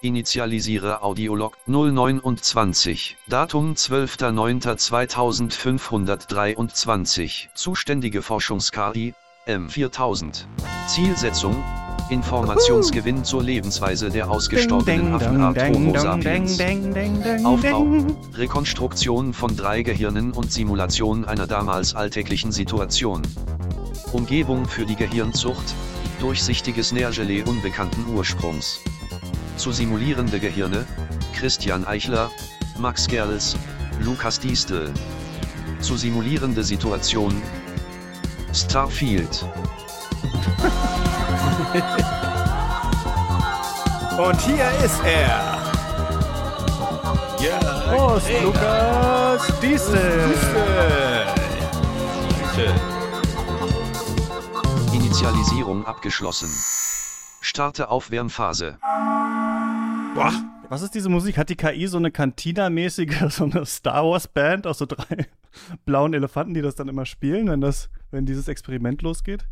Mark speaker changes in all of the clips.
Speaker 1: Initialisiere Audiolog 029. Datum 12.09.2523. Zuständige Forschungs-KI M4000. Zielsetzung Informationsgewinn zur Lebensweise der ausgestorbenen Affenart Homo sapiens. Aufbau, Rekonstruktion von drei Gehirnen und Simulation einer damals alltäglichen Situation. Umgebung für die Gehirnzucht, durchsichtiges Nährgelee unbekannten Ursprungs. Zu simulierende Gehirne, Christian Eichler, Max Gerls, Lukas Diestel. Zu simulierende Situation, Starfield.
Speaker 2: Und hier ist er.
Speaker 3: Ja,
Speaker 2: Prost,
Speaker 3: Gregor.
Speaker 2: Lukas Diesel.
Speaker 3: Danke.
Speaker 1: Initialisierung abgeschlossen. Starte Aufwärmphase.
Speaker 3: Boah,
Speaker 2: Was ist diese Musik? Hat die KI so eine Cantina-mäßige, so eine Star Wars-Band aus so drei blauen Elefanten, die das dann immer spielen, wenn, das, wenn dieses Experiment losgeht?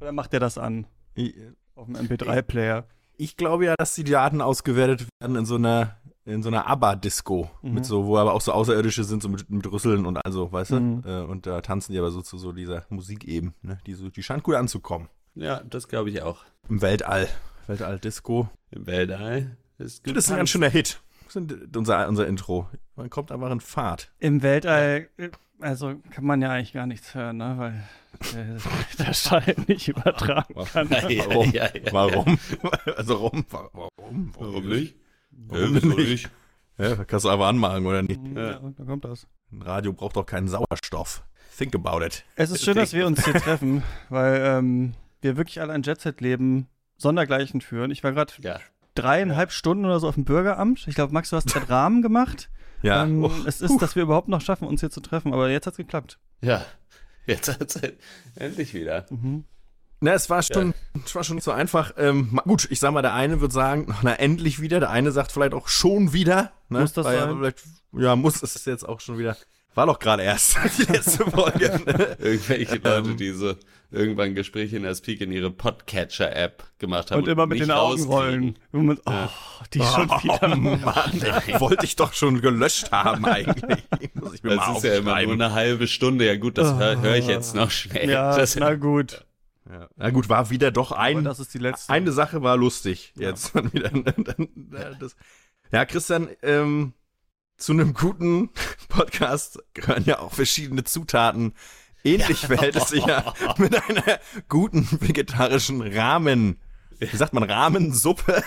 Speaker 2: Oder macht der das an? Auf dem MP3-Player?
Speaker 3: ich glaube ja, dass die Daten ausgewertet werden in so einer in so einer ABBA-Disco,
Speaker 2: Mhm.
Speaker 3: mit so, wo aber auch so Außerirdische sind, so mit, mit Rüsseln und also, weißt
Speaker 2: Mhm.
Speaker 3: du? Äh, und da tanzen die aber so zu so dieser Musik eben, ne? Die, so, die scheint gut anzukommen.
Speaker 4: Ja, das glaube ich auch.
Speaker 3: Im Weltall. Weltall-Disco.
Speaker 4: Im Weltall ist
Speaker 3: Das ist ein ganz schöner Hit. Das ist unser, unser Intro. Man kommt einfach in Fahrt.
Speaker 2: Im Weltall, äh, also kann man ja eigentlich gar nichts hören, ne? weil der, der Schall nicht übertragen kann.
Speaker 4: Ja, ja,
Speaker 3: Warum?
Speaker 4: ja, ja.
Speaker 3: Warum? Also warum? Warum?
Speaker 4: Warum nicht?
Speaker 3: Warum
Speaker 4: wieso
Speaker 3: nicht? Ja, kannst du einfach anmachen, oder nicht?
Speaker 2: Ja, da kommt das.
Speaker 3: Ein Radio braucht doch keinen Sauerstoff. Think about it.
Speaker 2: Es ist schön, dass wir uns hier treffen, weil ähm, wir wirklich alle ein Jet-Set-Leben sondergleichen führen. Ich war gerade
Speaker 4: Ja.
Speaker 2: dreieinhalb Stunden oder so auf dem Bürgeramt. Ich glaube, Max, du hast gerade Rahmen gemacht.
Speaker 3: Ja.
Speaker 2: ähm,
Speaker 3: Oh.
Speaker 2: es ist, dass wir überhaupt noch schaffen, uns hier zu treffen. Aber jetzt hat es geklappt.
Speaker 4: Ja. Jetzt hat's halt endlich wieder.
Speaker 2: Mhm.
Speaker 3: Na, es war schon, es war schon nicht so einfach. Ähm, ma- gut, ich sag mal, der eine wird sagen, na endlich wieder. Der eine sagt vielleicht auch schon wieder. Ne?
Speaker 2: Muss das
Speaker 3: Weil ja
Speaker 2: sein?
Speaker 3: vielleicht- Ja, muss es jetzt auch schon wieder. War doch gerade erst die letzte Folge. ne?
Speaker 4: Irgendwelche Leute,
Speaker 3: Ähm.
Speaker 4: die so irgendwann Gespräche in der Speak in ihre Podcatcher-App gemacht haben.
Speaker 2: Und immer mit
Speaker 4: nicht
Speaker 2: den Augen rollen.
Speaker 4: rauskriegen.
Speaker 2: Und man- Oh, die schon wieder.
Speaker 3: Mann, ey, wollte ich doch schon gelöscht haben eigentlich. Muss ich mir mal
Speaker 4: Das ist ja immer nur
Speaker 3: aufschreiben.
Speaker 4: eine halbe Stunde. Ja gut, das höre hör ich jetzt noch schnell.
Speaker 2: Ja,
Speaker 4: das
Speaker 2: na gut.
Speaker 3: ja. Na gut, war wieder doch
Speaker 2: Aber
Speaker 3: ein
Speaker 2: das ist die letzte.
Speaker 3: Eine Sache war lustig. Jetzt ja. wieder. Ja, äh, das. Ja, Christian, ähm, zu einem guten Podcast gehören ja auch verschiedene Zutaten. Ähnlich verhält es sich ja mit einer guten vegetarischen Rahmen. Wie sagt man Rahmensuppe?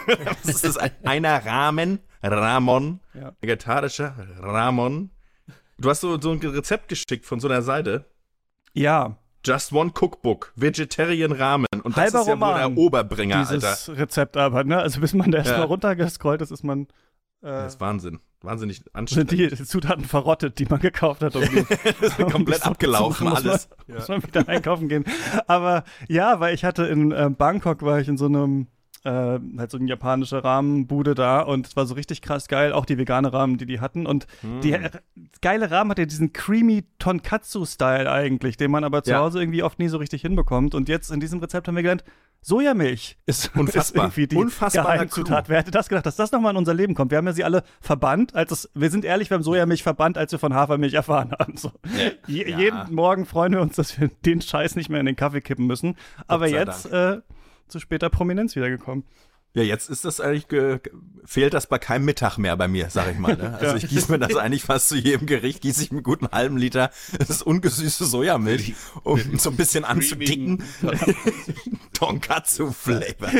Speaker 3: Das ist ein, einer Rahmen, Ramon,
Speaker 2: Ja.
Speaker 3: vegetarischer Ramon. Du hast so, so ein Rezept geschickt von so einer Seite.
Speaker 2: ja,
Speaker 3: Just One Cookbook, Vegetarian Ramen. Und das
Speaker 2: Halber
Speaker 3: ist ja wohl
Speaker 2: Roman.
Speaker 3: der Oberbringer,
Speaker 2: dieses
Speaker 3: Alter.
Speaker 2: Rezept aber. Ne? Also bis man da erstmal
Speaker 3: Ja.
Speaker 2: runtergescrollt ist, ist man.
Speaker 3: Das
Speaker 2: Äh,
Speaker 3: ist Wahnsinn. Wahnsinnig
Speaker 2: sind
Speaker 3: anstrengend.
Speaker 2: die Zutaten verrottet, die man gekauft hat, um die
Speaker 3: das ist komplett abgelaufen
Speaker 2: muss man-
Speaker 3: alles.
Speaker 2: Muss man wieder einkaufen gehen. Aber ja, weil ich hatte in äh, Bangkok, war ich in so einem, äh, halt so ein japanischer Rahmenbude da und es war so richtig krass geil, auch die vegane Rahmen, die die hatten. Und die äh, geile Rahmen hatte diesen creamy Tonkatsu-Style eigentlich, den man aber zu
Speaker 3: Ja.
Speaker 2: Hause irgendwie oft nie so richtig hinbekommt. Und jetzt in diesem Rezept haben wir gelernt, Sojamilch ist, ist
Speaker 3: Unfassbar.
Speaker 2: irgendwie die
Speaker 3: Unfassbarer
Speaker 2: Geheimzutat.
Speaker 3: Clou.
Speaker 2: Wer hätte das gedacht, dass das nochmal in unser Leben kommt? Wir haben ja sie alle verbannt. Als es, wir sind ehrlich, wir haben Sojamilch verbannt, als wir von Hafermilch erfahren haben. So. Je,
Speaker 3: Ja.
Speaker 2: Jeden Morgen freuen wir uns, dass wir den Scheiß nicht mehr in den Kaffee kippen müssen. Aber
Speaker 3: sei
Speaker 2: jetzt äh, zu später Prominenz wiedergekommen.
Speaker 3: Ja, jetzt ist das eigentlich, ge ge- fehlt das bei keinem Mittag mehr bei mir, sag ich mal. Ne? Also ich gieße mir das eigentlich fast zu jedem Gericht, gieße ich einen guten halben Liter. Das ist ungesüßte Sojamilch, um so ein bisschen anzudicken. Tonkatsu-Flavor.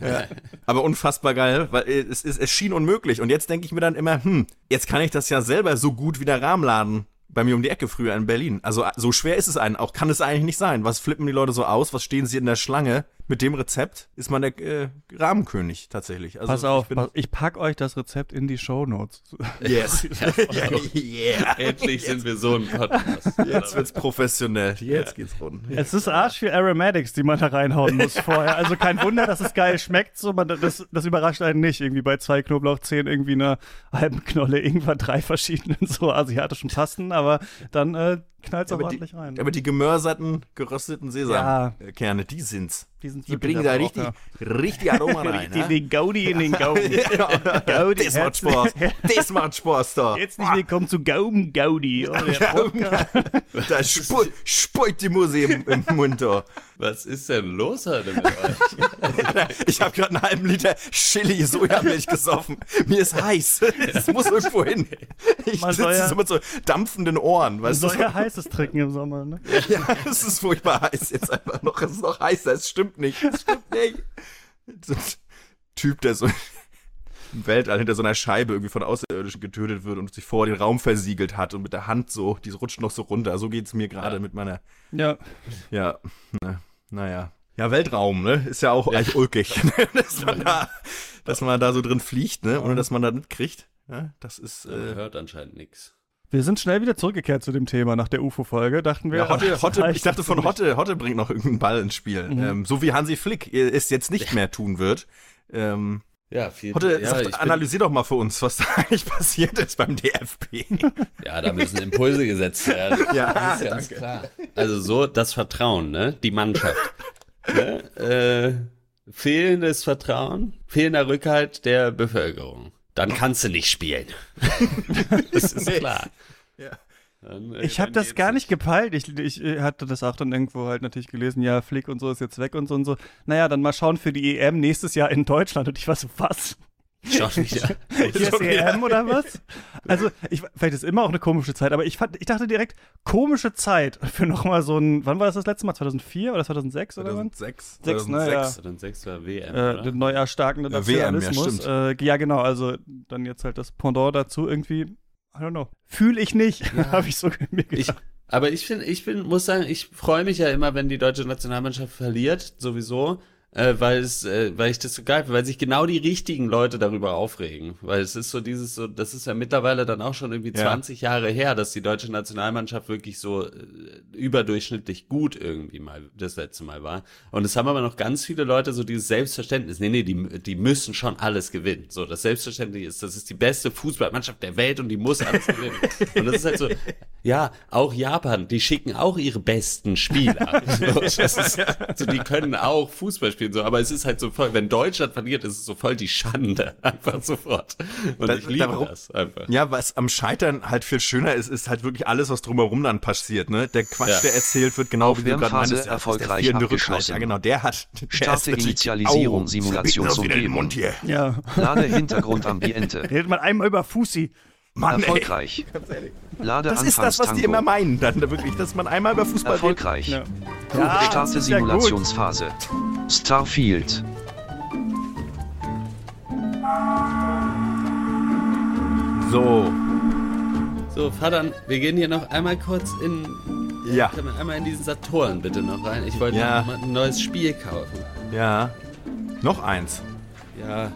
Speaker 3: ja. Aber unfassbar geil, weil es, ist, es schien unmöglich. Und jetzt denke ich mir dann immer, hm, jetzt kann ich das ja selber so gut wie der Rahmenladen bei mir um die Ecke früher in Berlin. Also so schwer ist es einen auch. Kann es eigentlich nicht sein. Was flippen die Leute so aus? Was stehen sie in der Schlange? Mit dem Rezept ist man der äh, Rahmenkönig tatsächlich. Also,
Speaker 2: pass auf,
Speaker 3: ich bin-
Speaker 2: pass, ich pack euch das Rezept in die Shownotes.
Speaker 3: Yes. yeah.
Speaker 4: Endlich sind wir so ein Podcast.
Speaker 3: Jetzt wird's professionell. Jetzt geht's rund.
Speaker 2: es ist arsch viel Aromatics, die man da reinhauen muss vorher. Also kein Wunder, dass es geil schmeckt. So, man, das, das überrascht einen nicht. Irgendwie bei zwei Knoblauchzehen, irgendwie einer halben Knolle, irgendwann drei verschiedenen so asiatischen Pasten. Aber dann äh, knallt's aber
Speaker 3: Aber die-
Speaker 2: ordentlich rein.
Speaker 3: Aber die gemörserten, gerösteten Sesamkerne, die sind's.
Speaker 2: die, sind
Speaker 3: Die bringen da richtig, richtig Aroma rein.
Speaker 2: Die
Speaker 3: ne?
Speaker 2: legen Gaudi in den Gaudi.
Speaker 3: ja,
Speaker 2: Gaudi,
Speaker 3: das macht
Speaker 2: herzlich-
Speaker 3: Spaß. Das macht Spaß da.
Speaker 2: Jetzt nicht willkommen zu Gauben Gaudi. Oh, der Podcast.
Speaker 3: Da spu spuckt die Muse im, im Mund da.
Speaker 4: Was ist denn los heute mit euch?
Speaker 3: Ich habe gerade einen halben Liter Chili Sojamilch gesoffen. Mir ist heiß. Es muss irgendwo hin. Ich
Speaker 2: Man soll ja-
Speaker 3: sitze so mit so dampfenden Ohren. Weißt du?
Speaker 2: soll ja heißes trinken im Sommer, ne?
Speaker 3: Ja, es ist furchtbar heiß. Jetzt einfach noch. Es ist noch heißer. Es stimmt nicht. Es stimmt nicht. So ein Typ, der so im Weltall hinter so einer Scheibe irgendwie von Außerirdischen getötet wird und sich vor den Raum versiegelt hat und mit der Hand so, die rutscht noch so runter. So geht's mir gerade mit meiner
Speaker 2: Ja.
Speaker 3: Ja, ne, naja. Ja, Weltraum, ne? Ist ja auch eigentlich ulkig, ne? dass, man da, dass man da so drin fliegt, ne? Ohne dass man da mitkriegt. Ne? Das ist.
Speaker 4: Man
Speaker 3: Äh,
Speaker 4: hört anscheinend nichts.
Speaker 2: Wir sind schnell wieder zurückgekehrt zu dem Thema nach der UFO-Folge. Dachten wir,
Speaker 3: ja,
Speaker 2: ach,
Speaker 3: Hotte,
Speaker 2: das
Speaker 3: Hotte,
Speaker 2: reicht
Speaker 3: ich dachte von Hotte, Hotte bringt noch irgendeinen Ball ins Spiel.
Speaker 4: Mhm.
Speaker 3: Ähm, so wie Hansi Flick äh, es jetzt nicht mehr tun wird. Ähm,
Speaker 4: Ja, viel.
Speaker 3: Hotte,
Speaker 4: ja, ich
Speaker 3: sagt,
Speaker 4: bin-
Speaker 3: analysier doch mal für uns, was da eigentlich passiert ist beim DFB.
Speaker 4: Ja, da müssen Impulse gesetzt werden.
Speaker 3: Ja,
Speaker 4: das ist ganz klar. Also so das Vertrauen, ne? Die Mannschaft. ne? äh, fehlendes Vertrauen, fehlender Rückhalt der Bevölkerung. Dann kannst du nicht spielen. das ist
Speaker 3: Nee.
Speaker 4: klar.
Speaker 3: Ja.
Speaker 4: Dann, äh,
Speaker 2: Ich habe
Speaker 4: werden die
Speaker 2: das
Speaker 4: jetzt
Speaker 2: gar
Speaker 4: nicht-
Speaker 2: nicht gepeilt. Ich, ich äh, hatte das auch dann irgendwo halt natürlich gelesen. Ja, Flick und so ist jetzt weg und so und so. Naja, dann mal schauen für die EM nächstes Jahr in Deutschland. Und ich war so, was?
Speaker 4: Schon wieder.
Speaker 2: Hier ist
Speaker 3: Schon wieder.
Speaker 4: E
Speaker 2: EM oder was? Also, ich, vielleicht ist immer auch eine komische Zeit, aber ich, fand, ich dachte direkt, komische Zeit für nochmal so ein, wann war das das letzte Mal? 2004 oder 2006 oder wann?
Speaker 3: 2006.
Speaker 2: Sechs, ne, ja.
Speaker 4: 2006 war WM,
Speaker 2: Äh,
Speaker 4: oder?
Speaker 2: den neu erstarkenden
Speaker 3: Äh, WM, ja,
Speaker 2: Nationalismus.
Speaker 3: stimmt.
Speaker 2: ja, äh, ja, genau, also dann jetzt halt das Pendant dazu irgendwie, I don't know. Fühle ich nicht, habe ich so mir gedacht.
Speaker 4: Ich, aber ich finde, ich bin, muss sagen, ich freue mich ja immer, wenn die deutsche Nationalmannschaft verliert, sowieso, äh, weil es, äh, weil ich das so geil, finde, weil sich genau die richtigen Leute darüber aufregen, weil es ist so dieses, so, das ist ja mittlerweile dann auch schon irgendwie
Speaker 3: Ja.
Speaker 4: 20 Jahre her, dass die deutsche Nationalmannschaft wirklich so äh, überdurchschnittlich gut irgendwie mal das letzte Mal war. Und es haben aber noch ganz viele Leute so dieses Selbstverständnis, nee, nee, die, die müssen schon alles gewinnen. So, das Selbstverständnis ist, das ist die beste Fußballmannschaft der Welt und die muss alles gewinnen. Und das ist halt so, ja, auch Japan, die schicken auch ihre besten Spieler. So, das ist, so, die können auch Fußball spielen, so, aber es ist halt so voll, wenn Deutschland verliert, ist es so voll die Schande. Einfach sofort. Und
Speaker 3: Da-
Speaker 4: ich liebe
Speaker 3: darum-
Speaker 4: das einfach.
Speaker 3: Ja, was am Scheitern halt viel schöner ist, ist halt wirklich alles, was drumherum dann passiert, ne? Der Quatsch,
Speaker 4: Ja.
Speaker 3: der erzählt wird, genau wie du gerade
Speaker 1: Aufwärmphase
Speaker 3: meintest, der-
Speaker 1: erfolgreich
Speaker 3: der vierende
Speaker 1: abgeschlossen.
Speaker 3: Rückhalt. Ja, genau, der hat. Der
Speaker 1: Starte
Speaker 3: ist natürlich-
Speaker 1: Initialisierung,
Speaker 3: Au,
Speaker 1: Simulation
Speaker 3: das
Speaker 1: zum
Speaker 3: wieder in den
Speaker 1: Leben.
Speaker 3: Mund hier.
Speaker 2: ja.
Speaker 1: Lade Hintergrundambiente.
Speaker 2: Redet man einmal über Fussi.
Speaker 3: Mann, ey,
Speaker 1: Erfolgreich.
Speaker 3: ganz ehrlich.
Speaker 1: Lade
Speaker 3: Das ist das, was die immer
Speaker 1: Anfangstango.
Speaker 3: meinen, dann wirklich, dass man einmal über Fußball redet.
Speaker 1: Erfolgreich.
Speaker 2: Ja.
Speaker 1: Starte
Speaker 2: ist ja gut.
Speaker 1: Simulationsphase. Starfield.
Speaker 3: So,
Speaker 4: So, Vater, wir gehen hier noch einmal kurz in.
Speaker 3: Ja.
Speaker 4: Können wir einmal in diesen Saturn bitte noch rein? Ich wollte
Speaker 3: Ja.
Speaker 4: noch mal ein neues Spiel kaufen.
Speaker 3: ja. Noch eins.
Speaker 4: Ja,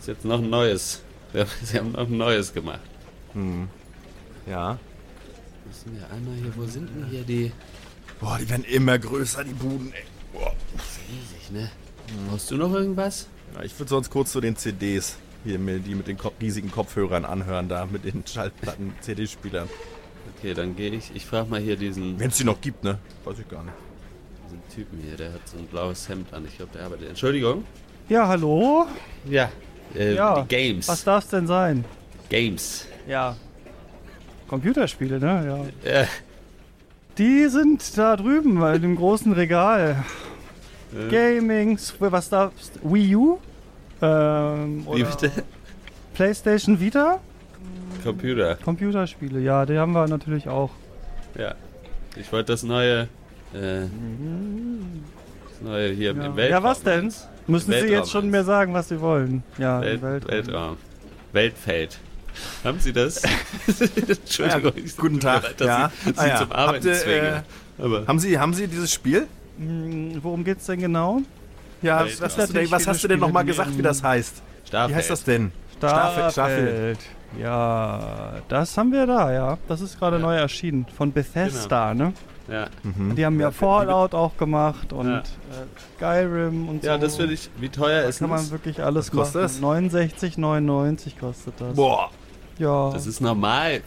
Speaker 4: ist jetzt noch ein neues. Wir- Sie haben noch ein neues gemacht.
Speaker 3: Ja.
Speaker 4: Müssen wir einmal hier, wo sind denn hier die?
Speaker 3: Boah, die werden immer größer, die Buden, ey. Boah.
Speaker 4: Riesig, ne? Brauchst du noch irgendwas?
Speaker 3: Ja, ich würde sonst kurz zu den CDs hier mir die mit den Kopf riesigen Kopfhörern anhören, da mit den Schallplatten, CD-Spielern.
Speaker 4: Okay, dann gehe ich. Ich frage mal hier diesen,
Speaker 3: Wenn es die noch gibt, ne? Weiß ich gar nicht.
Speaker 4: diesen Typen hier, der hat so ein blaues Hemd an. Ich glaube, der arbeitet. Entschuldigung?
Speaker 2: Ja, hallo?
Speaker 4: Ja. Äh,
Speaker 2: Ja.
Speaker 4: Die Games.
Speaker 2: Was darf's denn sein?
Speaker 4: Games.
Speaker 2: Ja. Computerspiele, ne? Ja.
Speaker 4: Äh,
Speaker 2: Die sind da drüben in dem großen Regal.
Speaker 4: Äh.
Speaker 2: Gaming, Sw- was da? Wii U? Ähm,
Speaker 4: wie
Speaker 2: oder
Speaker 4: bitte?
Speaker 2: PlayStation Vita?
Speaker 4: Computer.
Speaker 2: Computerspiele, ja, die haben wir natürlich auch.
Speaker 4: Ja. Ich wollte das neue. Äh, das neue hier im
Speaker 2: Ja,
Speaker 4: Weltraum.
Speaker 2: ja was denn? Müssen Sie
Speaker 4: Weltraum
Speaker 2: jetzt schon
Speaker 4: eins.
Speaker 2: mehr sagen, was Sie wollen? Ja,
Speaker 4: Welt,
Speaker 2: Welt.
Speaker 4: Weltraum. Weltfeld. Haben Sie das? Entschuldigung. ich-
Speaker 3: guten
Speaker 4: tut mir
Speaker 3: Tag.
Speaker 4: leid, dass
Speaker 3: Ja.
Speaker 4: Sie, dass
Speaker 3: Ah,
Speaker 4: Sie
Speaker 3: ja.
Speaker 4: zum Arbeiten
Speaker 3: Habt ihr,
Speaker 4: zwingen. Aber
Speaker 3: Haben Sie, haben Sie dieses Spiel?
Speaker 2: Hm, Worum geht's denn genau?
Speaker 3: Ja,
Speaker 4: Welt-
Speaker 3: was hast, du
Speaker 2: natürlich
Speaker 3: denn, was
Speaker 2: viele
Speaker 3: hast du denn nochmal
Speaker 2: Spiele, die-
Speaker 3: gesagt, wie das heißt?
Speaker 4: Starfeld.
Speaker 3: Wie heißt das denn?
Speaker 2: Starfeld.
Speaker 3: Starfeld.
Speaker 2: Ja, das haben wir da, ja. Das ist gerade neu erschienen. Von Bethesda, ne?
Speaker 4: Genau. Mhm. Ja,
Speaker 3: Hm.
Speaker 2: Die haben ja Fallout auch gemacht und
Speaker 4: Ja.
Speaker 2: äh, Skyrim und so.
Speaker 4: ja das finde ich. Wie teuer
Speaker 2: Da
Speaker 4: ist
Speaker 2: kann man
Speaker 4: das?
Speaker 2: wirklich alles
Speaker 3: Was
Speaker 2: machen.
Speaker 3: kostet
Speaker 2: 69,99 kostet das.
Speaker 3: Boah,
Speaker 2: Ja.
Speaker 4: Das ist normal.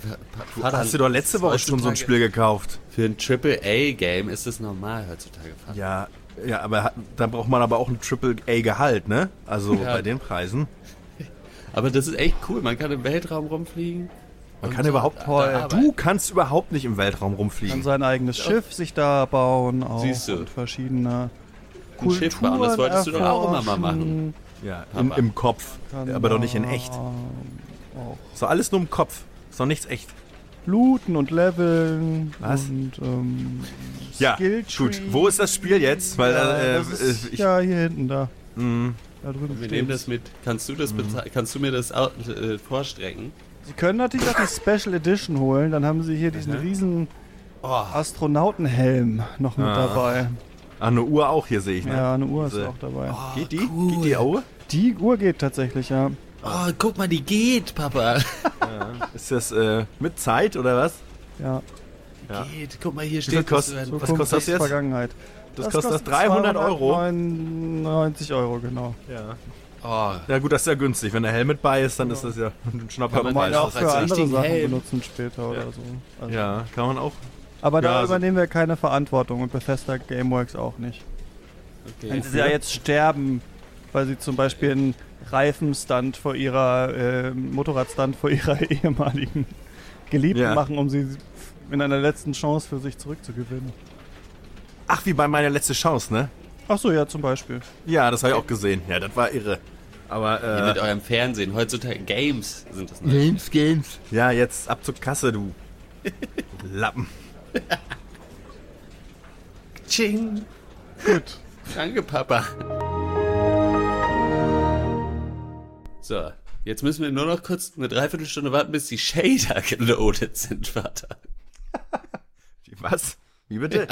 Speaker 4: Vater,
Speaker 3: Hast du doch letzte Woche schon so ein
Speaker 4: heutzutage-
Speaker 3: Spiel gekauft.
Speaker 4: Für ein AAA-Game ist es normal heutzutage. Vater.
Speaker 3: Ja, ja, aber hat- da braucht man aber auch ein Triple-A-Gehalt, ne? Also
Speaker 4: Ja.
Speaker 3: bei den Preisen.
Speaker 4: Aber das ist echt cool. Man kann im Weltraum rumfliegen.
Speaker 3: Man
Speaker 4: und
Speaker 3: kann
Speaker 4: so
Speaker 3: überhaupt.
Speaker 4: da arbeiten.
Speaker 3: Du kannst überhaupt nicht im Weltraum
Speaker 2: Kann
Speaker 3: rumfliegen.
Speaker 2: sein eigenes Schiff sich da bauen auch
Speaker 4: Siehst du.
Speaker 2: und verschiedene
Speaker 4: Ein
Speaker 2: Kulturen
Speaker 4: Schiff bauen, das wolltest du doch auch immer mal machen.
Speaker 3: Ja, im, im Kopf.
Speaker 2: Kann
Speaker 3: aber doch nicht in echt. So alles nur im Kopf. Ist doch nichts echt.
Speaker 2: Looten und leveln
Speaker 3: Was?
Speaker 2: und ähm,
Speaker 3: Ja,
Speaker 2: Skilltree.
Speaker 3: gut. Wo ist das Spiel jetzt? Weil
Speaker 2: ja,
Speaker 3: äh,
Speaker 2: das
Speaker 3: äh,
Speaker 2: ist,
Speaker 3: ich, Mhm.
Speaker 2: ja, hier hinten da. Da drüben
Speaker 4: Wir nehmen
Speaker 2: steht's.
Speaker 4: das mit. Kannst du das bezei- Kannst du mir das au- äh, vorstrecken?
Speaker 2: Sie können natürlich auch die Special Edition holen, dann haben sie hier diesen riesen
Speaker 4: Oh,
Speaker 2: Astronautenhelm noch mit
Speaker 3: Ah.
Speaker 2: dabei.
Speaker 3: Ah, eine Uhr auch hier sehe ich. Ne?
Speaker 2: Ja, eine Uhr ist
Speaker 3: Diese- Oh.
Speaker 2: auch dabei.
Speaker 3: Geht die?
Speaker 4: cool.
Speaker 3: Geht die Uhr?
Speaker 2: Die Uhr geht tatsächlich, ja.
Speaker 4: oh, guck mal, die geht, Papa.
Speaker 3: Ist das äh, mit Zeit oder was?
Speaker 2: ja.
Speaker 3: Ja.
Speaker 4: Geht. Guck mal,
Speaker 3: viel
Speaker 4: hier steht dass
Speaker 3: kostet-
Speaker 4: du ein-
Speaker 3: Was kostet das jetzt?
Speaker 2: Vergangenheit.
Speaker 3: Das kostet das 300 Euro?
Speaker 2: 90 Euro, genau.
Speaker 3: Ja.
Speaker 4: Oh,
Speaker 3: Ja gut, das ist ja günstig. Wenn der Helm mit bei ist, dann ist das ja ein Schnapper
Speaker 4: Kann man
Speaker 3: dabei.
Speaker 2: Kann man
Speaker 4: ja
Speaker 2: auch
Speaker 4: auch als
Speaker 2: für andere
Speaker 4: richtigen
Speaker 2: Sachen
Speaker 4: Helm.
Speaker 2: benutzen später oder so. Also,
Speaker 3: Ja, kann man auch.
Speaker 2: Aber da
Speaker 3: Ja, also-
Speaker 2: übernehmen wir keine Verantwortung und Bethesda Gameworks auch nicht. Wenn
Speaker 4: okay.
Speaker 2: sie ja jetzt sterben, weil sie zum Beispiel einen Reifenstand vor ihrer, äh, Motorradstand vor ihrer ehemaligen Geliebten
Speaker 3: Ja.
Speaker 2: machen, um sie in einer letzten Chance für sich zurückzugewinnen.
Speaker 3: Ach, wie bei meiner letzte Chance, ne?
Speaker 2: Ach so, ja, zum Beispiel.
Speaker 3: Ja, das habe ich auch gesehen. Ja, das war irre. Aber
Speaker 4: Ihr mit
Speaker 3: äh,
Speaker 4: eurem Fernsehen. Heutzutage Games sind das ne?
Speaker 3: Games,
Speaker 4: nicht.
Speaker 3: Games. Ja, jetzt ab zur Kasse, du Lappen.
Speaker 4: Ching.
Speaker 2: Gut.
Speaker 4: Danke, Papa. So, jetzt müssen wir nur noch kurz eine Dreiviertelstunde warten, bis die Shader geloadet sind, Vater.
Speaker 3: Was? Wie bitte?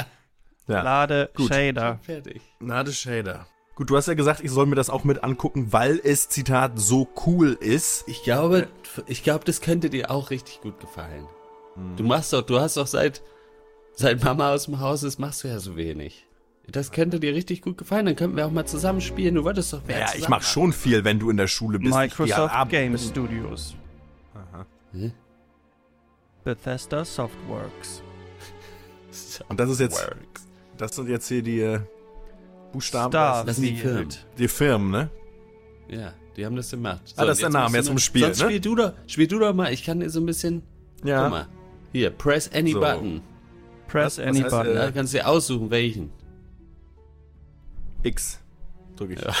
Speaker 3: Ja.
Speaker 2: Lade
Speaker 3: Gut.
Speaker 2: Shader.
Speaker 4: Fertig.
Speaker 3: Nade Shader. Gut, du hast ja gesagt, ich soll mir das auch mit angucken, weil es, Zitat, so cool ist.
Speaker 4: Ich glaube, ich glaube, das könnte dir auch richtig gut gefallen.
Speaker 3: Hm.
Speaker 4: Du machst doch, du hast doch seit, seit Mama aus dem Haus ist, machst du ja so wenig. Das könnte dir richtig gut gefallen. Dann könnten wir auch mal zusammen spielen. Du wolltest doch mehr
Speaker 3: Ja, ich
Speaker 4: zusammen
Speaker 3: mach schon viel, wenn du in der Schule bist.
Speaker 2: Microsoft
Speaker 3: ja,
Speaker 2: Game Studios.
Speaker 4: Hä?
Speaker 2: Bethesda Softworks.
Speaker 3: Und das ist jetzt,
Speaker 4: Works.
Speaker 3: das sind jetzt hier die äh, Buchstaben.
Speaker 2: Starfield.
Speaker 4: Das sind die Firmen.
Speaker 3: Die Firmen, ne?
Speaker 4: Ja, die haben das gemacht. So,
Speaker 3: Ah, das ist
Speaker 4: und
Speaker 3: der Name,
Speaker 4: musst du
Speaker 3: jetzt
Speaker 4: noch-
Speaker 3: ums Spiel,
Speaker 4: Sonst
Speaker 3: ne?
Speaker 4: spiel du doch, spiel du doch mal. Ich kann dir so ein bisschen. Guck mal. Hier, press any
Speaker 3: So.
Speaker 4: button.
Speaker 2: Press
Speaker 3: Was- was
Speaker 2: any
Speaker 3: heißt,
Speaker 2: button.
Speaker 3: äh,
Speaker 4: Da kannst du dir aussuchen, welchen.
Speaker 3: X. Drück ich.
Speaker 4: Ja.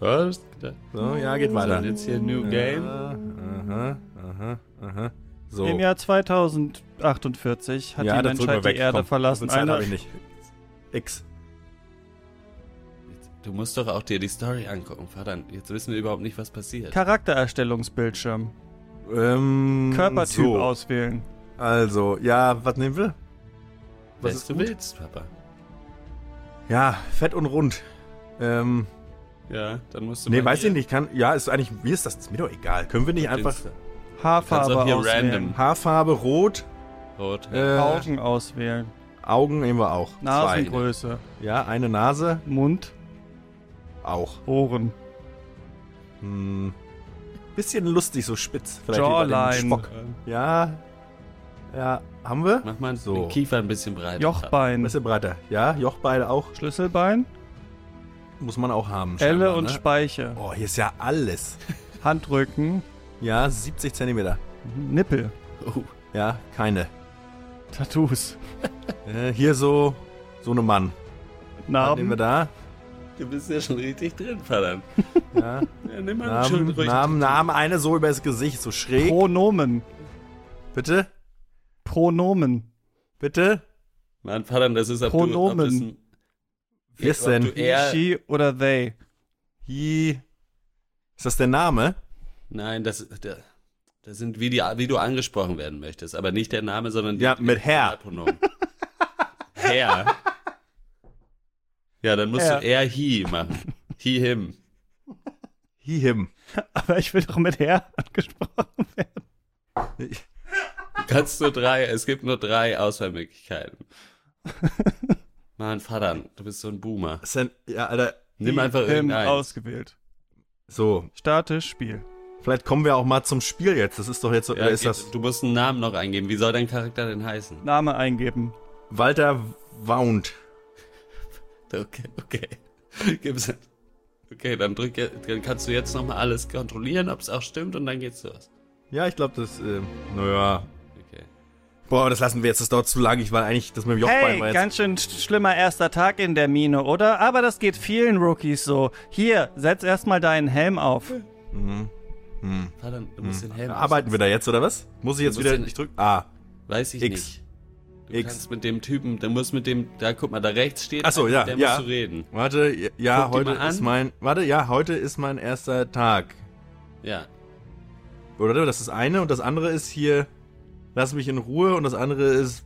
Speaker 4: Ja, das ist gedacht.
Speaker 3: So, ja, geht
Speaker 4: So,
Speaker 3: weiter.
Speaker 4: und jetzt hier New Game.
Speaker 3: Aha, aha, aha, aha. So.
Speaker 2: Im Jahr 2048 hat die
Speaker 3: dann drücken
Speaker 2: Menschheit
Speaker 3: wir
Speaker 2: die Erde
Speaker 3: Komm, so
Speaker 2: verlassen.
Speaker 3: viel Zeit
Speaker 2: Eine-
Speaker 3: habe ich nicht. X.
Speaker 4: Du musst doch auch dir die Story angucken, verdammt. Jetzt wissen wir überhaupt nicht, was passiert.
Speaker 2: Charaktererstellungsbildschirm.
Speaker 3: Ähm,
Speaker 2: Körpertyp
Speaker 3: so.
Speaker 2: auswählen.
Speaker 3: Also, ja, was nehmen wir?
Speaker 4: was
Speaker 3: ist
Speaker 4: du
Speaker 3: gut?
Speaker 4: willst, Papa.
Speaker 3: Ja, fett und rund. Ähm,
Speaker 4: Ja, dann musst du.
Speaker 3: nee,
Speaker 4: mal
Speaker 3: weiß
Speaker 4: hier-
Speaker 3: ich nicht. Kann, ja, ist eigentlich, mir ist das ist mir doch egal. Können wir nicht einfach
Speaker 4: Kannst
Speaker 2: Haarfarbe
Speaker 4: auch hier
Speaker 2: auswählen.
Speaker 4: random.
Speaker 3: Haarfarbe rot,
Speaker 4: Rot.
Speaker 3: äh,
Speaker 2: Augen auswählen.
Speaker 3: Augen nehmen wir auch.
Speaker 2: Nasengröße.
Speaker 4: ne?
Speaker 3: Zwei. Ja, eine Nase
Speaker 2: Mund,
Speaker 3: auch.
Speaker 2: Ohren.
Speaker 3: Hm. Bisschen lustig, so spitz. Vielleicht lieber den
Speaker 2: Jawline.
Speaker 3: Spock. Ja. Ja, haben wir?
Speaker 4: Mach mal
Speaker 3: So.
Speaker 4: den Kiefer ein bisschen breiter.
Speaker 2: Jochbein.
Speaker 3: Bisschen breiter. Ja, Jochbeile auch.
Speaker 2: Schlüsselbein.
Speaker 3: Muss man auch haben.
Speaker 2: Elle
Speaker 3: scheinbar,
Speaker 2: und
Speaker 3: ne?
Speaker 2: Speiche.
Speaker 3: Oh, hier ist ja alles.
Speaker 2: Handrücken.
Speaker 3: Ja, 70 Zentimeter.
Speaker 2: Nippel.
Speaker 4: Oh,
Speaker 3: Ja, keine.
Speaker 2: Tattoos.
Speaker 3: Äh, hier so, so eine Mann. Was nehmen
Speaker 2: Narben.
Speaker 3: wir da?
Speaker 4: du bist ja schon richtig drin, verdammt.
Speaker 3: Ja,
Speaker 4: Ja, nimm mal einen schönen
Speaker 3: Namen,
Speaker 4: ruhig.
Speaker 3: Namen, Namen, eine so über das Gesicht, so schräg.
Speaker 2: Pronomen.
Speaker 3: Bitte?
Speaker 2: Pronomen.
Speaker 3: Bitte?
Speaker 4: Mann, verdammt, das ist ab
Speaker 2: Pronomen.
Speaker 4: Du, ob das ein-
Speaker 3: Wie ist
Speaker 4: ob
Speaker 3: denn?
Speaker 4: Du er,
Speaker 2: She oder they.
Speaker 3: Hi. Ist das der Name?
Speaker 4: Nein, das, da- das sind wie, die, wie du angesprochen werden möchtest, aber nicht der Name, sondern die,
Speaker 3: Ja, mit Herr.
Speaker 4: Pronomen. Herr. Ja, dann musst
Speaker 2: Herr.
Speaker 4: du er, he machen. He, him.
Speaker 3: He, him.
Speaker 2: Aber ich will doch mit Herr angesprochen werden.
Speaker 4: Du kannst nur drei, es gibt nur drei Auswahlmöglichkeiten. Mann, Vater, du bist so ein Boomer.
Speaker 3: Ist denn, ja, Alter.
Speaker 4: Nimm einfach
Speaker 2: Film
Speaker 4: irgendeinen.
Speaker 2: ausgewählt.
Speaker 3: So,
Speaker 2: Statisch Spiel.
Speaker 3: Vielleicht kommen wir auch mal zum Spiel jetzt. Das ist doch jetzt,
Speaker 4: Ja,
Speaker 3: oder ist
Speaker 4: geht-
Speaker 3: das
Speaker 4: Du musst einen Namen noch eingeben. Wie soll dein Charakter denn heißen?
Speaker 2: Name eingeben.
Speaker 3: Walter Wound.
Speaker 4: Okay, okay. Gib's. Okay, dann drück, je- dann kannst du jetzt nochmal alles kontrollieren, ob es auch stimmt und dann geht's los.
Speaker 3: Ja, ich glaube, das, äh, naja.
Speaker 4: Okay.
Speaker 3: Boah, das lassen wir jetzt, das dauert zu lang. Ich war eigentlich, das mit dem Jochbein
Speaker 2: Hey,
Speaker 3: war jetzt.
Speaker 2: ganz schön sch- schlimmer erster Tag in der Mine, oder? Aber das geht vielen Rookies so. Hier, setz erstmal deinen Helm auf.
Speaker 4: Verdammt, du
Speaker 3: Hm.
Speaker 4: musst den Helm.
Speaker 3: Arbeiten wir da jetzt, oder was? Muss ich jetzt
Speaker 4: Du musst
Speaker 3: wieder,
Speaker 4: den-
Speaker 3: ich drück, ah.
Speaker 4: aussetzen. Weiß ich
Speaker 3: X.
Speaker 4: nicht. Du
Speaker 3: X.
Speaker 4: kannst mit dem Typen, der muss mit dem, da guck mal, da rechts steht.
Speaker 3: Ach so,
Speaker 4: einer,
Speaker 3: ja,
Speaker 4: Der
Speaker 3: ja.
Speaker 4: musst du reden.
Speaker 3: Warte, ja, ja,
Speaker 4: Guck die
Speaker 3: heute
Speaker 4: mal an.
Speaker 3: ist mein, warte, ja, heute ist mein erster Tag.
Speaker 4: Ja.
Speaker 3: Oder das ist eine und das andere ist hier, lass mich in Ruhe und das andere ist,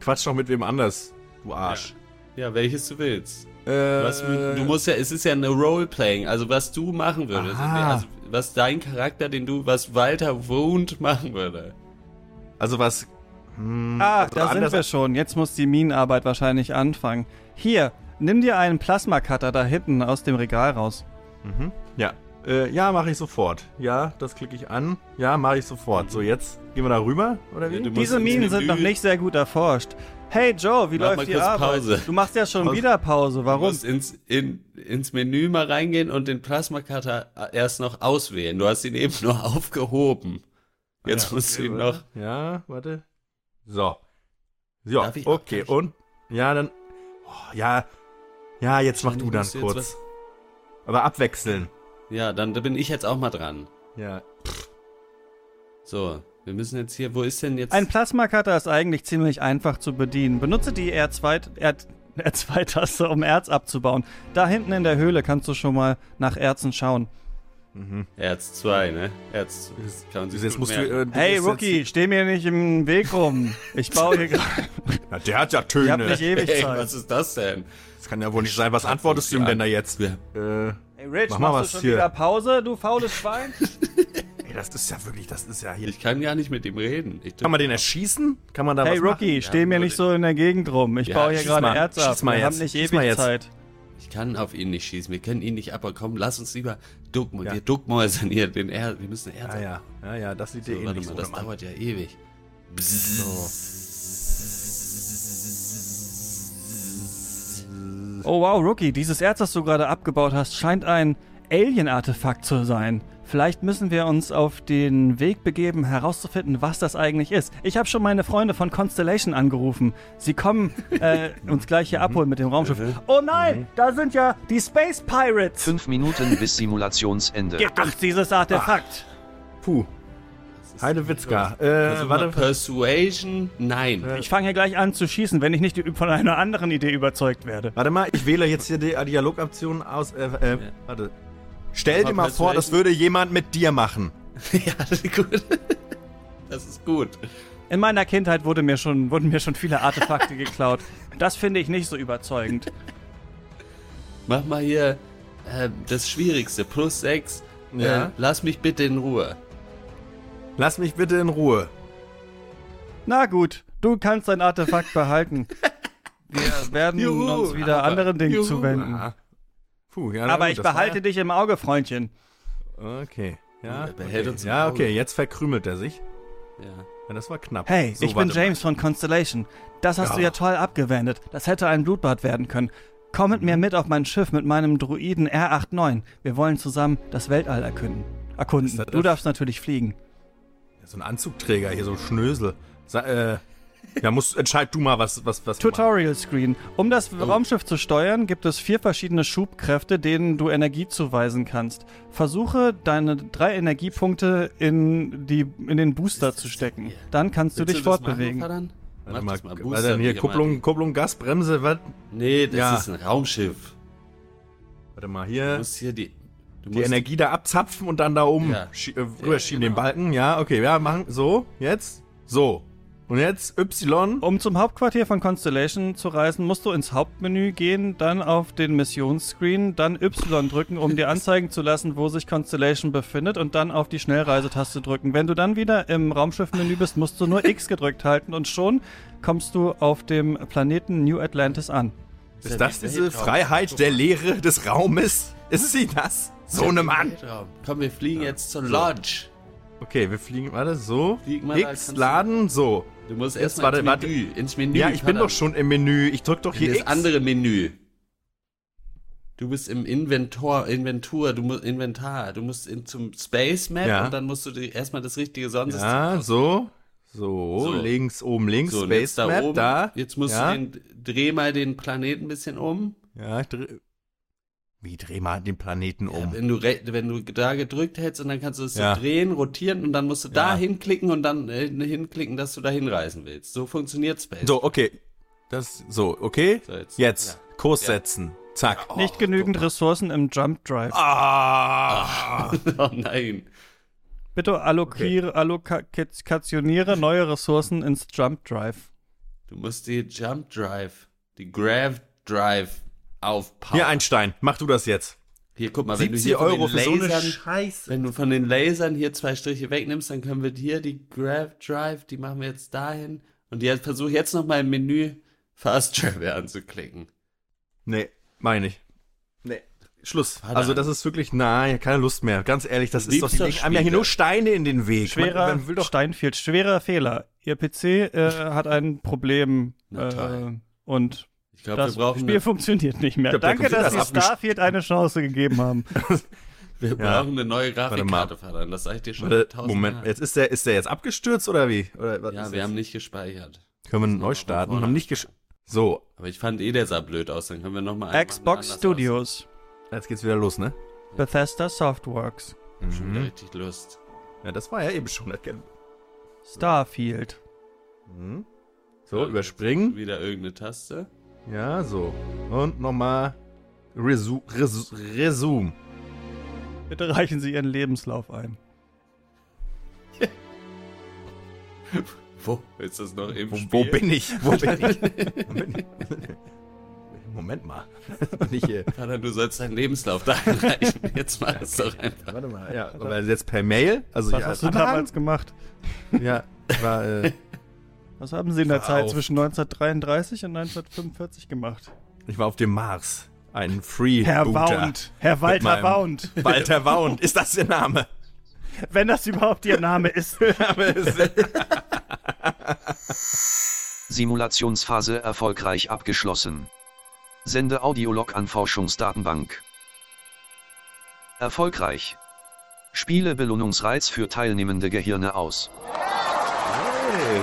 Speaker 3: quatsch doch mit wem anders, du Arsch.
Speaker 4: Ja, welches du willst.
Speaker 3: Äh,
Speaker 4: Was, du du musst ja, es ist ja eine Roleplaying, also was du machen würdest.
Speaker 3: Aha.
Speaker 4: Also, was dein Charakter, den du, was Walter Wound machen würde.
Speaker 3: also was, hm,
Speaker 2: Ah,
Speaker 3: also
Speaker 2: da sind
Speaker 3: anders-
Speaker 2: wir schon. Jetzt muss die Minenarbeit wahrscheinlich anfangen. Hier, nimm dir einen Plasma-Cutter da hinten aus dem Regal raus.
Speaker 3: Ja. Äh, ja, mache ich sofort. Ja, das klicke ich an. Ja, mache ich sofort. So, jetzt gehen wir da rüber, oder wie?
Speaker 4: Ja, du musst
Speaker 2: Diese
Speaker 4: ins
Speaker 2: Minen sind
Speaker 4: Menü.
Speaker 2: noch nicht sehr gut erforscht. Hey Joe, wie
Speaker 4: Mach mal
Speaker 2: läuft die
Speaker 4: kurz
Speaker 2: Arbeit?
Speaker 4: Pause.
Speaker 2: Du machst ja schon
Speaker 3: Pause.
Speaker 2: wieder Pause.
Speaker 4: Du
Speaker 2: Warum?
Speaker 4: musst ins, in, ins Menü mal reingehen und den Plasma-Cutter erst noch auswählen. Du hast ihn eben nur aufgehoben. Jetzt musst du ihn noch.
Speaker 3: ja, warte. So. Ja,
Speaker 4: Darf ich-
Speaker 3: okay.
Speaker 4: darf ich-
Speaker 3: Und, ja, dann. Oh, ja. Ja, jetzt mach du dann
Speaker 4: musst du jetzt
Speaker 3: kurz. Aber abwechseln.
Speaker 4: Ja, dann bin ich jetzt auch mal dran.
Speaker 3: Ja.
Speaker 4: So, wir müssen jetzt hier, wo ist denn jetzt?
Speaker 2: Ein Plasma-Cutter ist eigentlich ziemlich einfach zu bedienen. Benutze die R2, R, R2-Taste, um Erz abzubauen. Da hinten in der Höhle kannst du schon mal nach Erzen schauen.
Speaker 4: Erz 2, ne? Erz 2. Kann man sich
Speaker 3: Jetzt
Speaker 4: gut
Speaker 3: musst du,
Speaker 4: merken.
Speaker 3: äh, du
Speaker 2: Hey
Speaker 3: bist
Speaker 2: Rookie, steh mir nicht im Weg rum. Ich baue hier gerade.
Speaker 3: Jetzt, na, der hat ja
Speaker 2: Ich hab
Speaker 3: Töne.
Speaker 2: nicht ewig
Speaker 4: Ey,
Speaker 2: Zeit.
Speaker 4: was ist das denn?
Speaker 3: das kann ja wohl nicht sein. Was antwortest du ihm denn da jetzt?
Speaker 4: Ja.
Speaker 3: Äh,
Speaker 2: Hey Rich,
Speaker 3: Mach mal
Speaker 2: machst
Speaker 3: was
Speaker 2: du schon
Speaker 3: hier.
Speaker 2: wieder Pause, du faules Schwein?
Speaker 3: ey, das ist ja wirklich, das ist ja hier.
Speaker 4: Ich kann gar nicht mit ihm reden. Ich
Speaker 3: Kann man den erschießen? Kann man da
Speaker 2: Hey
Speaker 3: was
Speaker 2: Rookie, steh mir nicht so in der Gegend rum. Ich
Speaker 4: Ja,
Speaker 2: baue hier
Speaker 4: schieß
Speaker 2: gerade
Speaker 3: mal,
Speaker 2: Erz ab.
Speaker 3: schieß mal
Speaker 2: Wir haben
Speaker 3: jetzt,
Speaker 2: nicht
Speaker 3: schieß
Speaker 2: ewig
Speaker 3: mal jetzt.
Speaker 2: Zeit.
Speaker 4: Ich kann auf ihn nicht schießen. Wir können ihn nicht ab. Aber komm, lass uns lieber Duckmäuser. Wir Duckmäusern hier den Erz. Wir müssen Erz
Speaker 3: machen? Ah, ja. ja, ja, das sieht dir
Speaker 4: So, warte
Speaker 3: ähnlich
Speaker 4: mal,
Speaker 3: so,
Speaker 4: das
Speaker 3: Mann.
Speaker 4: dauert ja ewig.
Speaker 2: Oh wow, Rookie, dieses Erz, das du gerade abgebaut hast, scheint ein Alien-Artefakt zu sein. Vielleicht müssen wir uns auf den Weg begeben, herauszufinden, was das eigentlich ist. Ich habe schon meine Freunde von Constellation angerufen. Sie kommen äh, uns gleich hier abholen mit dem Raumschiff. Oh nein, da sind ja die Space Pirates.
Speaker 1: Fünf Minuten bis Simulationsende.
Speaker 2: Ach, dieses Artefakt.
Speaker 3: Puh. Heidewitzka. Äh,
Speaker 4: Warte.
Speaker 3: warte.
Speaker 4: Persuasion? Nein.
Speaker 2: Ich fange hier gleich an zu schießen, wenn ich nicht von einer anderen Idee überzeugt werde.
Speaker 3: Warte mal, ich wähle jetzt hier die Dialogoption aus. Äh, äh, Warte. Stell dir mal
Speaker 4: Kannst du
Speaker 3: vor,
Speaker 4: helfen?
Speaker 3: das würde jemand mit dir machen.
Speaker 4: ja, gut. Das ist gut.
Speaker 2: In meiner Kindheit wurde mir schon, wurden mir schon viele Artefakte geklaut. Das finde ich nicht so überzeugend.
Speaker 4: Mach mal hier äh, das Schwierigste. Plus 6.
Speaker 3: Ja.
Speaker 4: Äh, lass mich bitte in Ruhe.
Speaker 3: Lass mich bitte in Ruhe.
Speaker 2: Na gut, du kannst dein Artefakt behalten. Wir werden
Speaker 4: Juhu,
Speaker 2: uns wieder
Speaker 4: aber-
Speaker 2: anderen Dingen
Speaker 4: Juhu.
Speaker 2: zuwenden.
Speaker 3: Ah. Puh, ja, na
Speaker 2: Aber
Speaker 3: gut,
Speaker 2: ich
Speaker 3: das war
Speaker 2: behalte dich im Auge, Freundchen.
Speaker 3: Ja, okay. Ja,
Speaker 4: Er behält
Speaker 3: okay.
Speaker 4: uns im
Speaker 3: ja,
Speaker 4: Auge.
Speaker 3: okay, jetzt verkrümelt er sich.
Speaker 4: Ja.
Speaker 3: Ja, das war knapp.
Speaker 2: Hey,
Speaker 3: So,
Speaker 2: ich bin
Speaker 3: warte mal.
Speaker 2: James von Constellation. Das hast du
Speaker 3: Ja.
Speaker 2: ja toll abgewendet. Das hätte ein Blutbad werden können. Komm mit
Speaker 3: Mhm.
Speaker 2: mir mit auf mein Schiff mit meinem Druiden R89. Wir wollen zusammen das Weltall erkunden. Erkunden.
Speaker 3: Ist das
Speaker 2: Du
Speaker 3: das-
Speaker 2: darfst natürlich fliegen.
Speaker 3: So ein Anzugträger hier, so ein Schnösel. Sa äh, ja, muss, entscheid du mal, was, was, was. du machst.
Speaker 2: Tutorial Screen. Um das
Speaker 4: Oh.
Speaker 2: Raumschiff zu steuern, gibt es vier verschiedene Schubkräfte, denen du Energie zuweisen kannst. Versuche, deine drei Energiepunkte in, die, in den Booster zu stecken. Dann kannst du
Speaker 4: Willst
Speaker 2: dich
Speaker 4: das
Speaker 2: fortbewegen.
Speaker 4: Machen,
Speaker 3: Warte
Speaker 4: Warte mal,
Speaker 3: mal,
Speaker 4: das mal.
Speaker 3: warte,
Speaker 4: Booster,
Speaker 3: hier,
Speaker 4: mal
Speaker 3: Kupplung, Kupplung, Gasbremse, was?
Speaker 4: die- Nee, das
Speaker 3: Ja.
Speaker 4: ist ein Raumschiff.
Speaker 3: Warte mal,
Speaker 4: Du
Speaker 3: hier.
Speaker 4: musst hier die. Du
Speaker 3: Die
Speaker 4: musst
Speaker 3: Energie da abzapfen und dann da oben
Speaker 4: Ja.
Speaker 3: schie äh, rüberschieben,
Speaker 4: genau.
Speaker 3: den Balken. Ja, okay, ja, machen. So, jetzt. So. Und jetzt
Speaker 4: Oh,
Speaker 3: Y.
Speaker 2: Um zum Hauptquartier von Constellation zu reisen, musst du ins Hauptmenü gehen, dann auf den Missionsscreen, dann Y drücken, um dir anzeigen zu lassen, wo sich Constellation befindet und dann auf die Schnellreisetaste drücken. Wenn du dann wieder im Raumschiffmenü bist, musst du nur X gedrückt halten und schon kommst du auf dem Planeten New Atlantis an.
Speaker 3: Ist das diese Freiheit der Leere des Raumes? Ist sie das? So ne Mann.
Speaker 4: Weltraum. Komm, wir fliegen jetzt zur Lodge.
Speaker 3: Okay, wir fliegen warte so.
Speaker 4: Fliegen wir,
Speaker 3: X
Speaker 4: kannst du-
Speaker 3: laden so.
Speaker 4: Du musst
Speaker 3: Jetzt
Speaker 4: erstmal ins
Speaker 3: warte,
Speaker 4: Menü. Ins Menü.
Speaker 3: ja, ich bin doch schon im Menü. Ich drück doch
Speaker 4: hier.
Speaker 3: hier
Speaker 4: Das
Speaker 3: X.
Speaker 4: andere Menü. Du bist im Inventor, Inventur, du musst Inventar, du musst in, zum Space Map
Speaker 3: Ja.
Speaker 4: und dann musst du dir erstmal das richtige Sonnensystem.
Speaker 3: Ja, so. so.
Speaker 4: So.
Speaker 3: links oben links
Speaker 4: So, und
Speaker 3: Space
Speaker 4: jetzt da
Speaker 3: Map
Speaker 4: oben.
Speaker 3: da.
Speaker 4: Jetzt musst
Speaker 3: Ja.
Speaker 4: du den, dreh mal den Planeten ein bisschen um.
Speaker 3: Ja, ich dreh Wie dreh mal den Planeten um?
Speaker 4: Wenn du, re- wenn du da gedrückt hättest und dann kannst du es
Speaker 3: Ja.
Speaker 4: so drehen, rotieren und dann musst du
Speaker 3: Ja.
Speaker 4: da hinklicken und dann äh, hinklicken, dass du da hinreisen willst. So funktioniert Space.
Speaker 3: So, okay. Das so, okay?
Speaker 4: So,
Speaker 3: jetzt.
Speaker 4: jetzt.
Speaker 3: Kurs setzen. Zack.
Speaker 2: Nicht genügend Ressourcen im Jump Drive.
Speaker 3: Ah.
Speaker 4: Oh nein.
Speaker 2: Bitte allokiere, allokationiere neue Ressourcen ins Jump Drive.
Speaker 4: Du musst die Jump Drive, die Grav Drive aufpacken.
Speaker 3: Hier Einstein, mach du das jetzt.
Speaker 4: Hier, guck mal, wenn du
Speaker 3: 70
Speaker 4: hier von
Speaker 3: Euro für so
Speaker 4: den
Speaker 3: eine
Speaker 4: Lasern,
Speaker 3: Scheiße.
Speaker 4: wenn du von den Lasern hier zwei Striche wegnimmst, dann können wir hier die Grav Drive, die machen wir jetzt dahin. Und jetzt versuch jetzt nochmal im Menü Fast Travel anzuklicken.
Speaker 3: Nee, meine ich. Nee. Schluss.
Speaker 4: Verdammt.
Speaker 3: Also das ist wirklich, nein, keine Lust mehr. Ganz ehrlich, das ist doch, die
Speaker 4: Liebster
Speaker 3: legen einem ja hier
Speaker 4: Spieler.
Speaker 3: nur Steine in den Weg.
Speaker 2: Schwerer
Speaker 3: man, man will doch
Speaker 2: Steinfield, schwerer Fehler. Ihr PC äh, hat ein Problem
Speaker 4: Na
Speaker 2: äh,
Speaker 4: toll.
Speaker 2: und
Speaker 4: Ich glaube, wir
Speaker 2: das
Speaker 4: brauchen
Speaker 2: Spiel
Speaker 4: eine
Speaker 2: funktioniert nicht mehr.
Speaker 3: Ich glaub,
Speaker 2: Danke, dass
Speaker 3: der Computer
Speaker 2: Sie
Speaker 3: ist abgest-
Speaker 2: Starfield eine Chance gegeben haben.
Speaker 4: Wir brauchen eine neue
Speaker 3: mal.
Speaker 4: Grafikkarte, Vater. Das sag ich dir schon
Speaker 3: Warte,
Speaker 4: tausendmal.
Speaker 3: Moment, jetzt ist der, ist der jetzt abgestürzt oder wie? Oder was
Speaker 4: Ja,
Speaker 3: ist
Speaker 4: wir
Speaker 3: jetzt?
Speaker 4: haben nicht gespeichert.
Speaker 3: Können wir neu
Speaker 4: von
Speaker 3: starten?
Speaker 4: vorne.
Speaker 3: Haben nicht gesch So,
Speaker 4: Aber ich fand eh der sah blöd aus. Dann können wir nochmal
Speaker 2: Xbox Studios,
Speaker 3: jetzt geht's wieder los, ne?
Speaker 2: Bethesda Softworks,
Speaker 4: Ich hab schon
Speaker 3: Mhm.
Speaker 4: wieder richtig Lust.
Speaker 3: Ja, das war ja eben schon
Speaker 4: genau.
Speaker 3: erkennen.
Speaker 2: Starfield.
Speaker 3: So, überspringen.
Speaker 4: Wieder irgendeine Taste.
Speaker 3: Ja, so. Und nochmal Resu Resu Resume.
Speaker 2: Bitte reichen Sie Ihren Lebenslauf ein.
Speaker 4: Wo? Ist das noch im
Speaker 3: Wo,
Speaker 4: Spiel?
Speaker 3: wo bin ich? Wo bin ich? Wo bin ich? Moment mal. Bin ich hier.
Speaker 4: Vater, du sollst deinen Lebenslauf da einreichen. Jetzt mach es doch einfach.
Speaker 3: Warte mal. Ja, aber jetzt per Mail? Also
Speaker 2: Was
Speaker 3: ja,
Speaker 2: hast du
Speaker 3: Anhang?
Speaker 2: damals gemacht?
Speaker 3: Ja, war, äh,
Speaker 2: Was haben Sie in der
Speaker 3: Hör
Speaker 2: Zeit
Speaker 3: auf.
Speaker 2: zwischen 1933 und 1945 gemacht?
Speaker 3: ich war auf dem Mars. Ein Free
Speaker 2: Herr
Speaker 3: Booter.
Speaker 2: Wound, Herr Walter
Speaker 3: meinem-
Speaker 2: Wound,
Speaker 3: Walter Wound, ist das Ihr Name?
Speaker 2: wenn das überhaupt Ihr Name ist.
Speaker 3: Aber es-
Speaker 1: Simulationsphase erfolgreich abgeschlossen. Sende Audiolog an Forschungsdatenbank. Erfolgreich. Spiele Belohnungsreiz für teilnehmende Gehirne aus.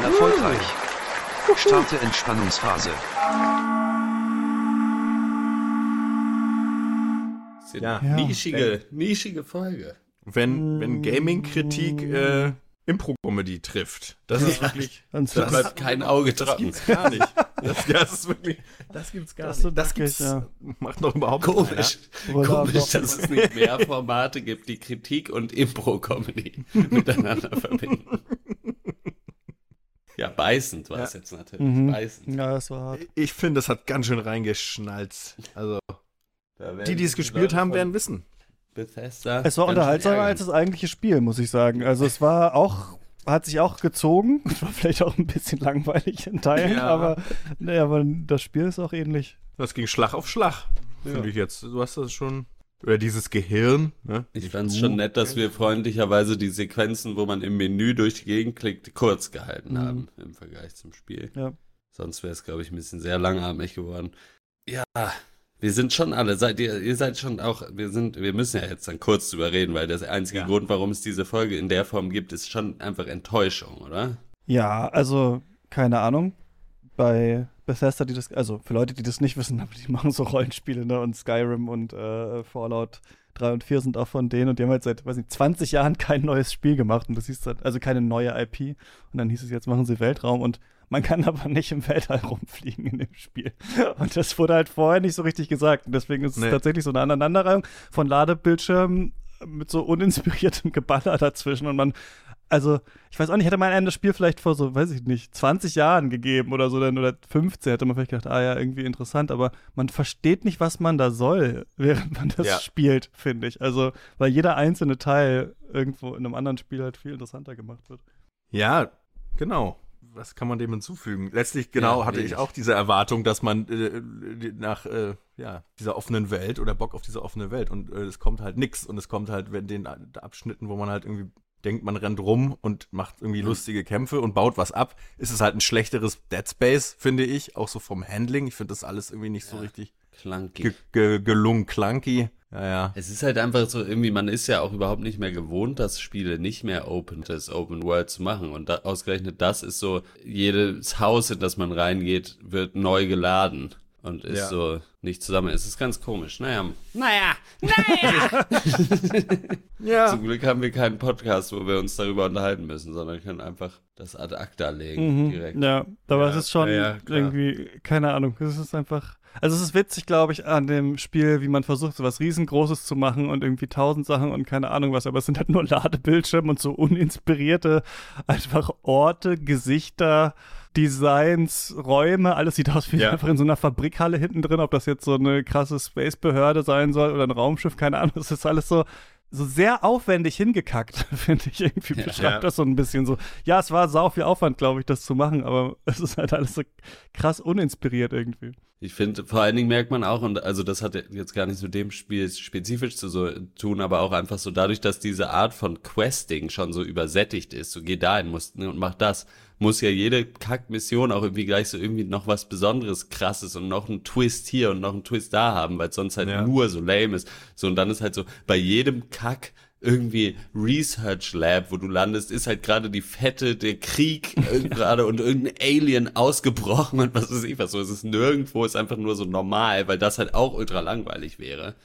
Speaker 1: Erfolgreich. Starte Entspannungsphase.
Speaker 4: Das ist
Speaker 3: Ja.
Speaker 4: eine Nischige, nischige Folge.
Speaker 3: wenn, wenn Gaming-Kritik äh, Impro-Comedy trifft. Das ist wirklich.
Speaker 2: Dann
Speaker 4: Da bleibt kein Auge
Speaker 3: Das
Speaker 4: dran.
Speaker 3: gibt's gar nicht. Das, das ist wirklich. Das gibt's gar
Speaker 2: Das
Speaker 3: nicht.
Speaker 2: ist
Speaker 3: das
Speaker 2: wirklich,
Speaker 3: gibt's.
Speaker 2: ja.
Speaker 3: Macht doch überhaupt
Speaker 4: Komisch.
Speaker 2: Oder
Speaker 4: Komisch,
Speaker 2: doch.
Speaker 4: dass es nicht mehr Formate gibt, die Kritik und Impro-Comedy miteinander verbinden. Ja, beißend war es jetzt natürlich.
Speaker 2: Mhm.
Speaker 4: Beißend.
Speaker 2: Ja, das war hart.
Speaker 3: keiner. Ich finde, das hat ganz schön reingeschnallt. Also,
Speaker 4: Da werden
Speaker 3: die, die es gespielt
Speaker 4: Leute
Speaker 3: haben,
Speaker 4: von
Speaker 3: werden wissen.
Speaker 4: Bethesda.
Speaker 2: Es war
Speaker 4: ganz schön
Speaker 2: unterhaltsamer
Speaker 4: ärgern.
Speaker 2: als das eigentliche Spiel, muss ich sagen. Also es war auch, hat sich auch gezogen. War vielleicht auch ein bisschen langweilig in Teilen,
Speaker 3: Ja.
Speaker 2: aber, nee, aber das Spiel ist auch ähnlich.
Speaker 3: Das ging Schlag auf Schlag. Finde ich jetzt. Du hast das schon. Oder dieses Gehirn, ne?
Speaker 4: Ich fand es schon nett, dass wir freundlicherweise die Sequenzen, wo man im Menü durch die Gegend klickt, kurz
Speaker 3: Mhm.
Speaker 4: gehalten haben im Vergleich zum Spiel.
Speaker 2: Ja.
Speaker 4: Sonst wäre es, glaube ich, ein bisschen sehr langatmig geworden. Ja, wir sind schon alle, seid ihr, ihr seid schon auch, wir sind, wir müssen ja jetzt dann kurz drüber reden, weil der einzige
Speaker 3: Ja.
Speaker 4: Grund, warum es diese Folge in der Form gibt, ist schon einfach Enttäuschung, oder?
Speaker 2: Ja, also keine Ahnung. Bei Bethesda, die das, also für Leute, die das nicht wissen, aber die machen so Rollenspiele, ne? Und Skyrim und äh, Fallout 3 und 4 sind auch von denen und die haben halt seit, weiß nicht, 20 Jahren kein neues Spiel gemacht und das hieß halt, also keine neue IP. Und dann hieß es, jetzt machen sie Weltraum und man kann aber nicht im Weltall rumfliegen in dem Spiel. Und das wurde halt vorher nicht so richtig gesagt. Und deswegen ist
Speaker 3: Nee.
Speaker 2: es tatsächlich so eine Aneinanderreihung von Ladebildschirmen mit so uninspiriertem Geballer dazwischen und man also, ich weiß auch nicht, hätte man einem das Spiel vielleicht vor so, weiß ich nicht, 20 Jahren gegeben oder so, dann, oder 15, hätte man vielleicht gedacht, ah ja, irgendwie interessant, aber man versteht nicht, was man da soll, während man das
Speaker 3: Ja.
Speaker 2: spielt, finde ich. Also, weil jeder einzelne Teil irgendwo in einem anderen Spiel halt viel interessanter gemacht wird.
Speaker 3: Ja, genau. was kann man dem hinzufügen? Letztlich, genau,
Speaker 4: Ja,
Speaker 3: hatte ich
Speaker 4: wenig.
Speaker 3: auch diese Erwartung, dass man äh, nach äh, ja, dieser offenen Welt oder Bock auf diese offene Welt und äh, es kommt halt nix und es kommt halt in den Abschnitten, wo man halt irgendwie denkt, man rennt rum und macht irgendwie
Speaker 4: Mhm.
Speaker 3: lustige Kämpfe und baut was ab, ist es halt ein schlechteres Dead Space, finde ich, auch so vom Handling. Ich finde das alles irgendwie nicht so
Speaker 4: Ja.
Speaker 3: richtig
Speaker 4: Clunky.
Speaker 3: ge ge gelungen, clunky. Ja, ja.
Speaker 4: Es ist halt einfach so, irgendwie, man ist ja auch überhaupt nicht mehr gewohnt, dass Spiele nicht mehr open, das Open World zu machen. Und da, ausgerechnet das ist so, jedes Haus, in das man reingeht, wird neu geladen und ist
Speaker 3: Ja.
Speaker 4: so nicht zusammen. Es ist ganz komisch. Naja,
Speaker 3: Ja,
Speaker 4: zum Glück haben wir keinen Podcast, wo wir uns darüber unterhalten müssen, sondern können einfach das ad acta
Speaker 3: Mhm.
Speaker 4: legen direkt.
Speaker 2: Ja, aber es ist schon
Speaker 3: ja, ja, klar.
Speaker 2: irgendwie, keine Ahnung, es ist einfach. Also es ist witzig, glaube ich, an dem Spiel, wie man versucht, so was Riesengroßes zu machen und irgendwie tausend Sachen und keine Ahnung was, aber es sind halt nur Ladebildschirme und so uninspirierte, einfach Orte, Gesichter, Designs, Räume, alles sieht aus wie
Speaker 3: Ja.
Speaker 2: einfach in so einer Fabrikhalle hinten drin, ob das jetzt so eine krasse Space-Behörde sein soll oder ein Raumschiff, keine Ahnung, es ist alles so, so sehr aufwendig hingekackt, finde ich irgendwie beschreibt
Speaker 3: Ja.
Speaker 2: das so ein bisschen so. Ja, es war sau viel Aufwand, glaube ich, das zu machen, aber es ist halt alles so krass uninspiriert irgendwie.
Speaker 4: Ich finde, vor allen Dingen merkt man auch, und also das hat jetzt gar nichts mit dem Spiel spezifisch zu so, tun, aber auch einfach so dadurch, dass diese Art von Questing schon so übersättigt ist, so geh dahin musst ne, und mach das, muss ja jede Kack-Mission auch irgendwie gleich so irgendwie noch was Besonderes, krasses und noch einen Twist hier und noch einen Twist da haben, weil es sonst halt
Speaker 3: Ja.
Speaker 4: nur so lame ist. So, und dann ist halt so, bei jedem Kack irgendwie Research Lab, wo du landest, ist halt gerade die Fette, der Krieg äh, gerade und irgendein Alien ausgebrochen und was weiß ich was so. Es ist nirgendwo, ist einfach nur so normal, weil das halt auch ultra langweilig wäre.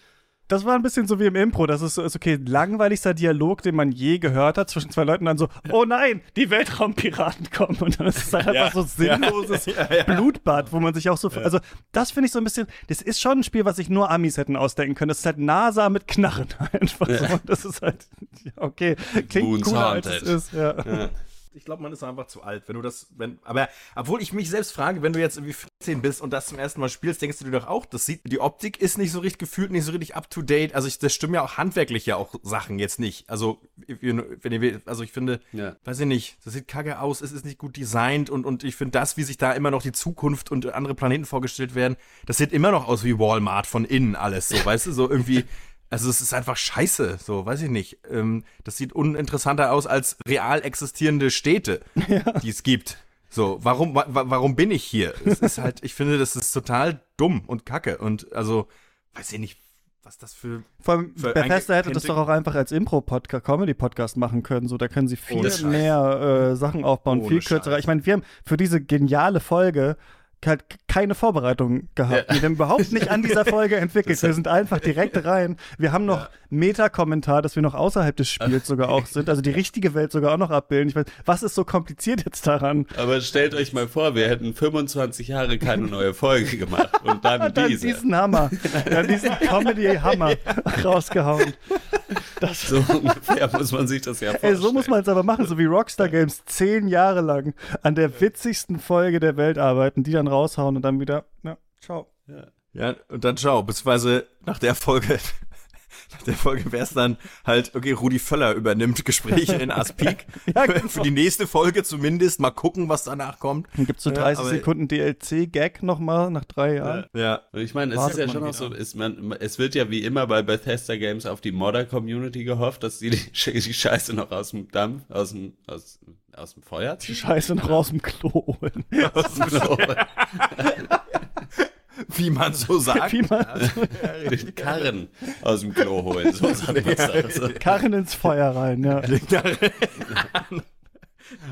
Speaker 2: Das war ein bisschen so wie im Impro. Das ist, so- ist okay, langweiligster Dialog, den man je gehört hat, zwischen zwei Leuten dann so, oh nein, die Weltraumpiraten kommen. Und dann ist es halt einfach so sinnloses Blutbad, wo man sich auch so. Also, das finde ich so ein bisschen, das ist schon ein Spiel, was sich nur Amis hätten ausdenken können. Das ist halt NASA mit Knarren einfach so. Und das ist halt, ja, okay, klingt
Speaker 4: Boons
Speaker 2: cooler, als es
Speaker 4: Haunted.
Speaker 2: ist. Ja.
Speaker 3: ich glaube, man ist einfach zu alt, wenn du das, wenn, aber, obwohl ich mich selbst frage, wenn du jetzt irgendwie 14 bist und das zum ersten Mal spielst, denkst du dir doch auch, das sieht, die Optik ist nicht so richtig gefühlt, nicht so richtig up to date, also ich, das stimmen ja auch handwerklich ja auch Sachen jetzt nicht, also, if you know- wenn ihr, also ich finde,
Speaker 4: Ja.
Speaker 3: weiß ich nicht, das sieht kacke aus, es ist nicht gut designt und, und ich finde das, wie sich da immer noch die Zukunft und andere Planeten vorgestellt werden, das sieht immer noch aus wie Walmart von innen alles, so, weißt du, so irgendwie, also es ist einfach scheiße, so, weiß ich nicht. Ähm, das sieht uninteressanter aus als real existierende Städte, die es gibt. So, warum, wa wa- warum bin ich hier? Es ist halt, ich finde, das ist total dumm und kacke und also, weiß ich nicht, was das für
Speaker 2: Vor allem,
Speaker 3: Für
Speaker 2: Bethesda hätte das
Speaker 3: eingeklemmte-
Speaker 2: doch auch einfach als Impro-Podcast, Comedy-Podcast machen können. So, da können sie viel
Speaker 3: Ohne Scheiß.
Speaker 2: mehr äh, Sachen aufbauen,
Speaker 3: Ohne
Speaker 2: viel kürzer.
Speaker 3: Scheiß.
Speaker 2: Ich meine, wir haben für diese geniale Folge halt keine Vorbereitung gehabt. Wir haben überhaupt nicht an dieser Folge entwickelt. Wir sind einfach direkt rein. Wir haben noch Meta-Kommentar, dass wir noch außerhalb des Spiels sogar auch sind. Also die richtige Welt sogar auch noch abbilden. Ich weiß, was ist so kompliziert jetzt daran?
Speaker 4: Aber stellt euch mal vor, wir hätten 25 Jahre keine neue Folge gemacht und dann
Speaker 2: Dann
Speaker 4: diese.
Speaker 2: diesen Hammer, dann diesen Comedy-Hammer rausgehauen.
Speaker 4: So ungefähr muss man sich das ja
Speaker 2: Ey,
Speaker 4: vorstellen.
Speaker 2: so muss man es aber machen, so wie Rockstar Games zehn Jahre lang an der witzigsten Folge der Welt arbeiten, die dann raushauen und dann wieder, ja, ciao.
Speaker 3: Ja, und dann ciao, beziehungsweise nach der Folge, nach der Folge wäre es dann halt, okay, Rudi Völler übernimmt Gespräche in Aspik.
Speaker 2: Ja, genau.
Speaker 3: Für die nächste Folge zumindest, mal gucken, was danach kommt.
Speaker 2: Dann gibt es so
Speaker 3: Ja,
Speaker 2: 30
Speaker 3: aber-
Speaker 2: Sekunden DLC-Gag nochmal nach drei Jahren.
Speaker 3: Ja,
Speaker 4: Und ich meine, es
Speaker 2: Wartet
Speaker 4: ist ja
Speaker 2: man
Speaker 4: schon auch
Speaker 2: wieder.
Speaker 4: so, ist man, es wird ja wie immer bei Bethesda Games auf die Modder-Community gehofft, dass die, die die Scheiße noch aus dem Dampf, aus dem, aus, aus dem Feuer
Speaker 2: Die
Speaker 4: ziehen.
Speaker 2: Scheiße noch aus dem Klo holen.
Speaker 3: wie man so sagt.
Speaker 2: Wie man
Speaker 4: den Karren aus dem Klo holen. So sagt man also.
Speaker 2: Karren ins Feuer rein, ja.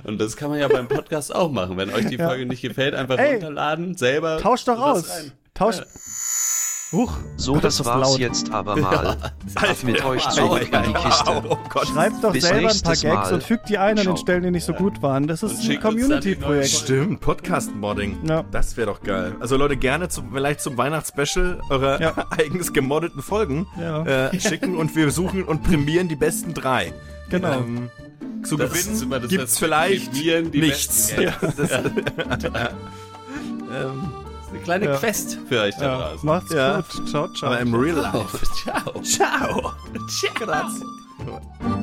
Speaker 4: Und das kann man ja beim Podcast auch machen. Wenn euch die
Speaker 2: Ja.
Speaker 4: Folge nicht gefällt, einfach
Speaker 2: Ey,
Speaker 4: runterladen, selber.
Speaker 2: Tauscht doch
Speaker 4: was
Speaker 2: aus.
Speaker 4: rein.
Speaker 2: Tauscht. Huch,
Speaker 1: So, das
Speaker 2: ist
Speaker 1: war's
Speaker 2: laut.
Speaker 1: jetzt aber mal. Ab mit euch zurück in die
Speaker 3: Oh
Speaker 1: Kiste.
Speaker 3: Gott.
Speaker 2: Schreibt doch
Speaker 1: Bis
Speaker 2: selber ein paar
Speaker 1: nächstes
Speaker 2: Gags
Speaker 1: Mal.
Speaker 2: und fügt die ein an den
Speaker 1: Ciao.
Speaker 2: Stellen, die nicht so gut waren. Das
Speaker 4: Und
Speaker 2: ist ein
Speaker 4: schickt uns dann die neue
Speaker 2: Community-Projekt.
Speaker 3: Stimmt, Podcast-Modding.
Speaker 2: Ja.
Speaker 3: Das wäre doch geil. Also Leute, gerne zum, vielleicht zum Weihnachtsspecial eure
Speaker 2: Ja.
Speaker 3: eigens gemoddeten Folgen
Speaker 2: Ja.
Speaker 3: äh, schicken und wir suchen und prämieren die besten drei.
Speaker 2: Genau.
Speaker 3: Ähm, zu
Speaker 4: Das ist immer
Speaker 3: gewinnen
Speaker 4: das
Speaker 3: gibt's
Speaker 4: Letzte.
Speaker 3: vielleicht
Speaker 4: Prämieren die
Speaker 3: nichts.
Speaker 4: besten
Speaker 3: Das, ähm,
Speaker 4: Das ist eine kleine
Speaker 2: Ja.
Speaker 4: Quest für euch da
Speaker 2: Ja,
Speaker 4: draußen.
Speaker 2: macht's
Speaker 3: Ja.
Speaker 2: gut. Ciao, ciao.
Speaker 3: aber im Real Life.
Speaker 4: Auf. Ciao.
Speaker 3: Ciao.
Speaker 4: Ciao.
Speaker 3: Grazie.